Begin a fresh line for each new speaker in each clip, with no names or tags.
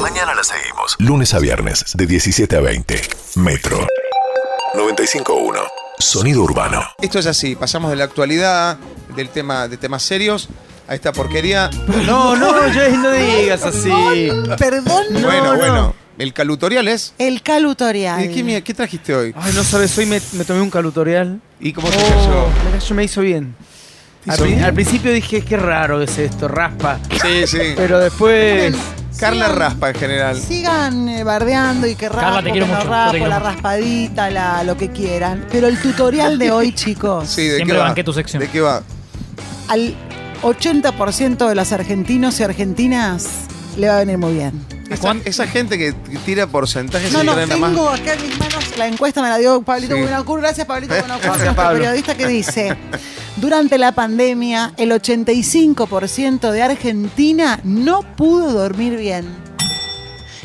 Mañana la seguimos. Lunes a viernes, de 17 a 20. Metro. 95.1. Sonido urbano.
Esto es así, pasamos de la actualidad, del tema, de temas serios, a esta porquería.
No, no, Jess, no digas así.
Perdón, no.
bueno,
no.
bueno. El calutorial es.
El
¿Y
calutorial.
qué, mie- qué trajiste hoy?
Ay, no sabes, hoy me, me tomé un calutorial.
¿Y cómo
Oh,
te cayó?
me cayó, me hizo bien.
¿Te
Al,
hizo
pri-
bien?
al principio dije, qué raro que es esto, raspa.
Sí, sí.
Pero después.
Carla
Sigan-
raspa en general.
Sigan eh, bardeando y que rapo,
Carla, te quiero
que no
mucho, yo te
rapo,
quiero
la
mucho.
raspadita, la, lo que quieran. Pero el tutorial de hoy, chicos,
Sí, ¿de
Siempre
qué va?
banqué tu sección.
¿De qué va?
al 80% de los argentinos y argentinas le va a venir muy bien.
Esa,
cuán-
esa gente que tira porcentajes
No,
y
no,
traen nada
tengo
más.
acá en mis manos la encuesta, me la dio Pablito
Sí. Eh,
Buenacur. Gracias, Pablito Buenacur,
Gracias,
nuestro
Pablo.
periodista que dice: Durante la pandemia, el 85% de Argentina no pudo dormir bien.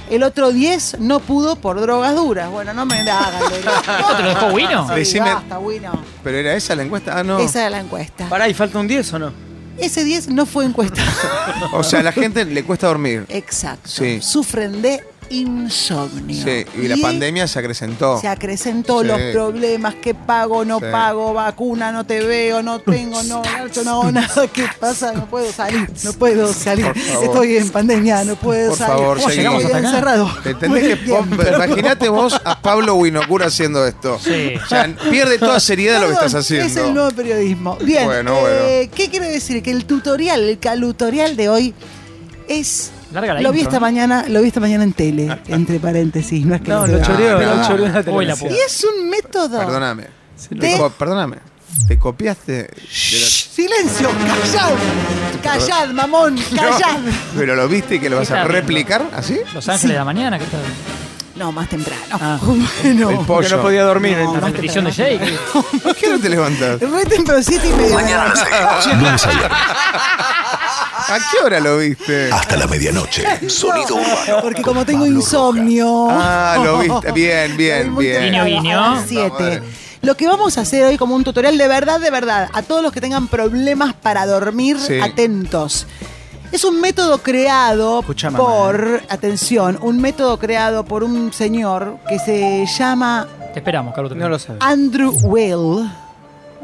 El otro 10 no pudo por drogas duras. Bueno, no me da
¿No te lo dejó Wino?
Sí,
Decime-
basta, Wino.
Pero era esa la encuesta. Ah, no.
Esa era la encuesta.
Pará, ¿y falta un 10 o no?
Ese 10 no fue encuestado.
O sea, a la gente le cuesta dormir.
Exacto.
Sí.
Sufren de insomnio.
Sí, y la pandemia se acrecentó.
Se acrecentó
Sí.
los problemas, que pago, no
Sí.
pago, vacuna, no te veo, no tengo, no, Nacho, no hago nada, ¿qué pasa? No puedo salir, no puedo salir,
Por favor.
estoy en pandemia, no puedo
Por
salir,
favor,
estoy
seguimos.
encerrado.
¿Entendés
Muy
que
bien,
vos- Imagínate vos a Pablo Winocura haciendo esto.
Sí.
O sea, pierde toda seriedad lo que estás
Perdón,
haciendo.
Es el nuevo periodismo. Bien,
Bueno,
eh, ¿qué quiero decir? Que el tutorial, el calutorial de hoy es...
Larga la
Lo vi
intro,
esta
¿eh?
mañana, lo vi esta mañana en tele, entre paréntesis, no es que
No,
se
lo
vea.
choreó,
pero
lo
no.
choreó en la
Uy, la
televisión.
Y es un método.
Perdóname.
De-
Te co- perdóname. Te copiaste de la-
Silencio, callad. Callad, mamón, callad.
No, pero lo viste y que lo vas a
Está bien.
replicar así.
Los Ángeles de la Mañana, que está.
No, más temprano.
Ah.
Bueno.
El
Porque
pollo.
no podía dormir.
No,
La
entonces.
repetición de Jake.
¿Por qué no te levantas?
Re temprano, siete y media.
Mañana la seguimos. Lunes a viernes,
¿A qué hora lo viste?
hasta la medianoche. Sonido urbano.
Porque como tengo
Pablo
insomnio.
Ah, lo viste. Bien, bien,
Muy
bien. Ah,
temprano,
Guiño,
a las
guiño.
siete.
Madre.
Lo que vamos a hacer hoy como un tutorial de verdad, de verdad, a todos los que tengan problemas para dormir,
Sí.
atentos. Es un método creado
Escuchá, mamá.
por,
eh.
atención, un método creado por un señor que se llama
Te esperamos, Carlos.
No lo sabes.
Andrew Weil.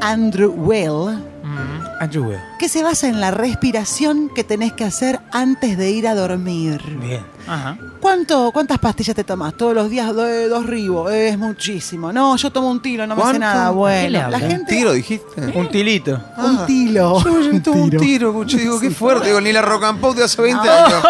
Andrew Weil.
Mm.
Andrew Weil.
que se basa en la respiración que tenés que hacer antes de ir a dormir.
Bien.
Ajá.
¿Cuánto, ¿Cuántas pastillas te tomás? Todos los días do- dos ribos, es muchísimo. No, yo tomo un tilo, no me hace
¿Cuánto?
nada.
¿Qué le
Bueno, la
habla?
¿Un
gente...
tiro dijiste?
Un tilito.
Oh, Un tilo.
Yo me llevo un tiro, cucho. Digo, qué fuerte. Digo, ni la rock and pop de hace 20
Ah.
años.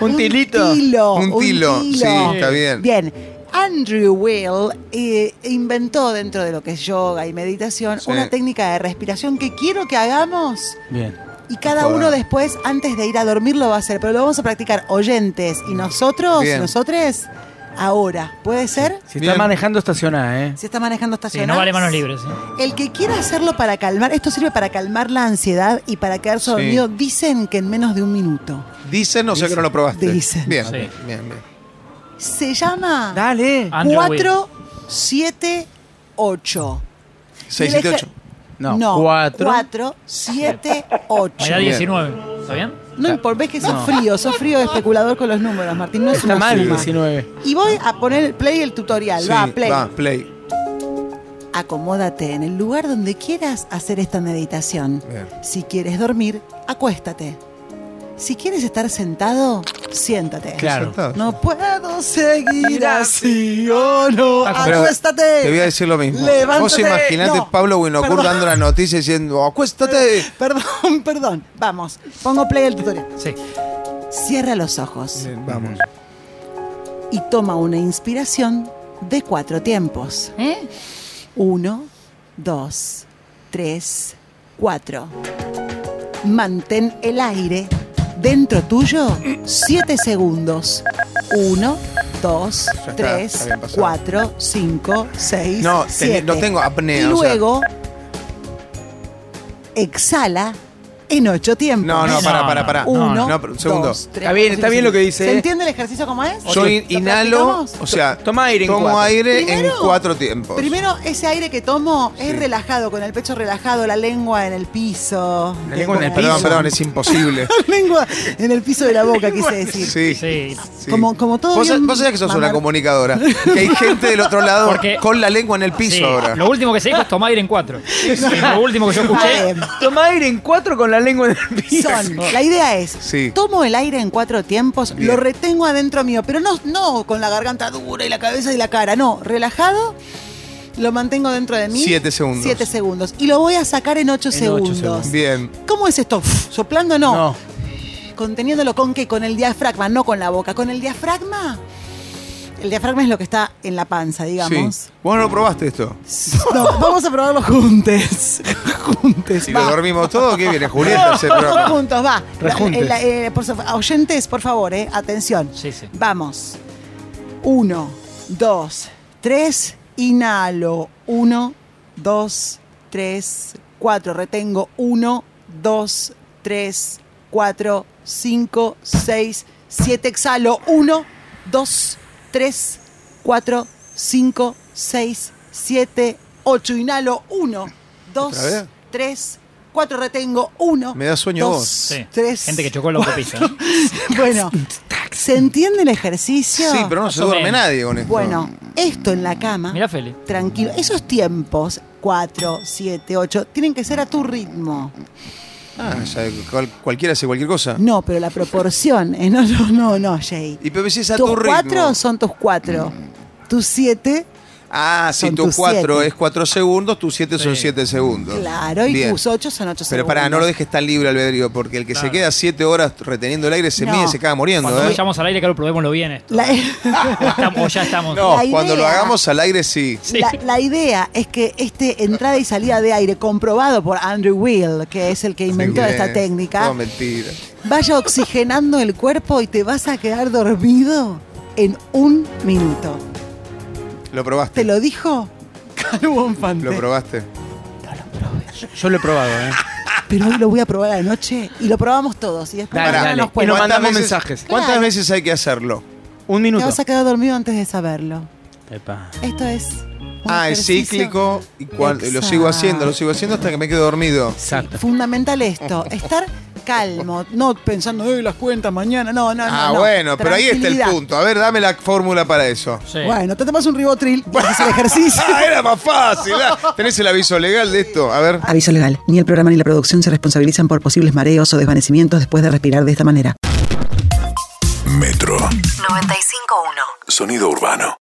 Un tilito.
Un tilo.
Un tilo, sí, está bien.
Bien. Andrew Weil eh, inventó dentro de lo que es yoga y meditación
Sí.
una técnica de respiración que quiero que hagamos
Bien.
Y cada
Joder.
uno después, antes de ir a dormir, lo va a hacer. Pero lo vamos a practicar oyentes y nosotros,
Bien.
nosotres, ahora. ¿Puede ser?
Si
Bien.
está manejando, estacioná, ¿eh?
Si está manejando estaciones.
Sí, no vale manos libres. ¿eh?
El que quiera hacerlo para calmar, esto sirve para calmar la ansiedad y para quedarse
Sí.
dormido, dicen que en menos de un minuto.
Dicen, o sea que no lo probaste.
Dicen.
Bien,
Sí.
bien, bien.
Se llama
Dale.
Andrew Weil.
478.
6,
Y el
7, 8.
eje-
No, cuatro.
478.
Me da
Bien.
19. ¿Está bien?
No importa, ves que sos
No.
frío, sos frío especulador con los números, Martín. No es
Está
una
mal el
suma.
19.
Y voy a poner play el tutorial. va, play.
Va, play.
Acomódate en el lugar donde quieras hacer esta meditación.
Bien.
Si quieres dormir, acuéstate. Si quieres estar sentado, siéntate.
Claro.
Sentado.
No puedo seguir así o no.
Ah, Pero Te voy a
Acuéstate.
decir lo mismo.
eh, Levántate.
Vos imaginate
No.
Pablo Winocur
Perdón.
dando la noticia diciendo, acuéstate.
Perdón, perdón. Vamos, pongo play el tutorial.
Sí.
Cierra los ojos
Bien, vamos.
y toma una inspiración de cuatro tiempos. Uno, dos, tres, cuatro. Mantén el aire dentro tuyo siete segundos. Uno, dos,
está, está
tres,
bien pasado.
cuatro, cinco, seis,
No, teni-
siete.
no tengo apnea,
Y
o sea.
luego exhala en ocho tiempos.
No, no,
No,
para,
no,
para, para.
Uno,
No, pero un segundo.
dos, tres,
Está bien,
cuatro,
está
cinco,
bien lo que
seis.
dice,
¿Se
eh.
entiende el ejercicio como es?
Yo in-
¿Lo
inhalo,
practicamos?
o sea,
Toma aire en
tomo
cuatro.
aire en
Primero,
cuatro tiempos.
Primero, ese aire que tomo es
Sí.
relajado, con el pecho relajado, la lengua en el piso.
La lengua en el
Perdón,
piso.
perdón, es imposible.
La lengua en el piso de la boca, quise decir.
Sí.
Sí.
sí.
Como- como todo
Vos, sa-
bien
vos sabés que sos
mamar-
una comunicadora. Que hay gente del otro lado
Porque-
con la lengua en el piso
Sí,
ahora.
Lo último que se dijo es tomar aire en cuatro. Sí, Lo último que yo
Está
escuché.
bien.
Toma aire en cuatro con la lengua en el piso.
Son. La idea es,
Sí.
tomo el aire en cuatro tiempos,
Bien.
lo retengo adentro mío, pero no, no con la garganta dura y la cabeza y la cara, no, relajado, lo mantengo dentro de mí.
Siete segundos.
Siete segundos. Y lo voy a sacar en ocho,
En ocho
segundos.
segundos.
Bien.
¿Cómo es esto? ¿Soplando no?
No.
conteniéndolo con qué? Con el diafragma, no con la boca. Con el diafragma. El diafragma es lo que está en la panza, digamos.
Sí. Vos no lo probaste esto.
No, vamos a probarlo juntos. juntos.
Si
va.
lo dormimos todo, ¿qué viene? Julieta se
Todos
programa.
juntos, va.
Rejuntes.
La- eh, por so- oyentes, por favor, eh, atención.
Sí, sí.
Vamos. Uno, dos, tres. Inhalo. Uno, dos, tres, cuatro. Retengo. Uno, dos, tres, cuatro, cinco, seis, siete. Exhalo. Uno, dos, tres, cuatro, cinco, seis, siete, ocho. Inhalo. Uno, dos,
¿Otra vez?
tres, cuatro. Retengo. Uno.
Me da sueño
dos,
vos.
Sí.
Tres.
Gente que chocó en la autopista. ¿eh?
Bueno, ¿se entiende el ejercicio?
Sí, pero no
Más
se
o
duerme
menos.
nadie con esto.
Bueno, esto en la cama,
Mirá, Feli.
tranquilo. Esos tiempos, 4, 7, 8, tienen que ser a tu ritmo.
Ah, ya, cual- cualquiera hace cualquier cosa.
No, pero la proporción. eh, No, no, no, no, Jay.
Y pero si es a
tus
tu ritmo. Mm.
4 son tus 4. Tus 7,
Ah, si
son
tu
tus
4
siete.
es 4 segundos, tus 7 son
Sí.
7 segundos.
claro. Y
Bien.
tus 8 son 8 segundos.
Pero pará, no lo dejes tan libre albedrío, porque el que se
Claro.
queda 7 horas reteniendo el aire se
No.
mide y se acaba muriendo,
Cuando
¿eh?
vayamos al aire, claro, probémoslo bien esto.
La,
O estamos- o ya estamos.
No,
La idea-
cuando lo hagamos al aire sí.
Sí.
la- la idea es que este entrada y salida de aire, comprobado por Andrew Will, que es el que inventó
Bien.
esta técnica,
No, mentira.
vaya oxigenando el cuerpo y te vas a quedar dormido en un minuto.
Lo
¿Te
probaste.
lo dijo? Calvo Bonfante.
Lo probaste.
Yo lo he probado, ¿eh?
Pero hoy lo voy a probar anoche y lo probamos todos. Y después
Dale,
mañana
dale.
nos
Y nos
cuentan.
mandamos
veces-
mensajes.
¿Cuántas
Claro.
veces hay que hacerlo?
Un
Te
minuto.
vas a quedar dormido antes de saberlo.
Epa.
Esto es. un
Ah, es
ejercicio
cíclico y cuan- y lo sigo haciendo, lo sigo haciendo hasta que me quedo dormido.
Exacto.
Fundamental esto. Estar calmo. No pensando, "Ey, las cuentas mañana. No, no, no.
Ah,
no.
bueno, pero ahí está el
Tranquilidad.
punto. A ver, dame la fórmula para eso.
Sí.
Bueno, te tomas un ribotril. y haces el ejercicio.
Ah, era más fácil. ah. ¿Tenés el aviso legal de esto? A ver.
Aviso legal. Ni el programa ni la producción se responsabilizan por posibles mareos o desvanecimientos después de respirar de esta manera.
Metro.
951.
Sonido urbano.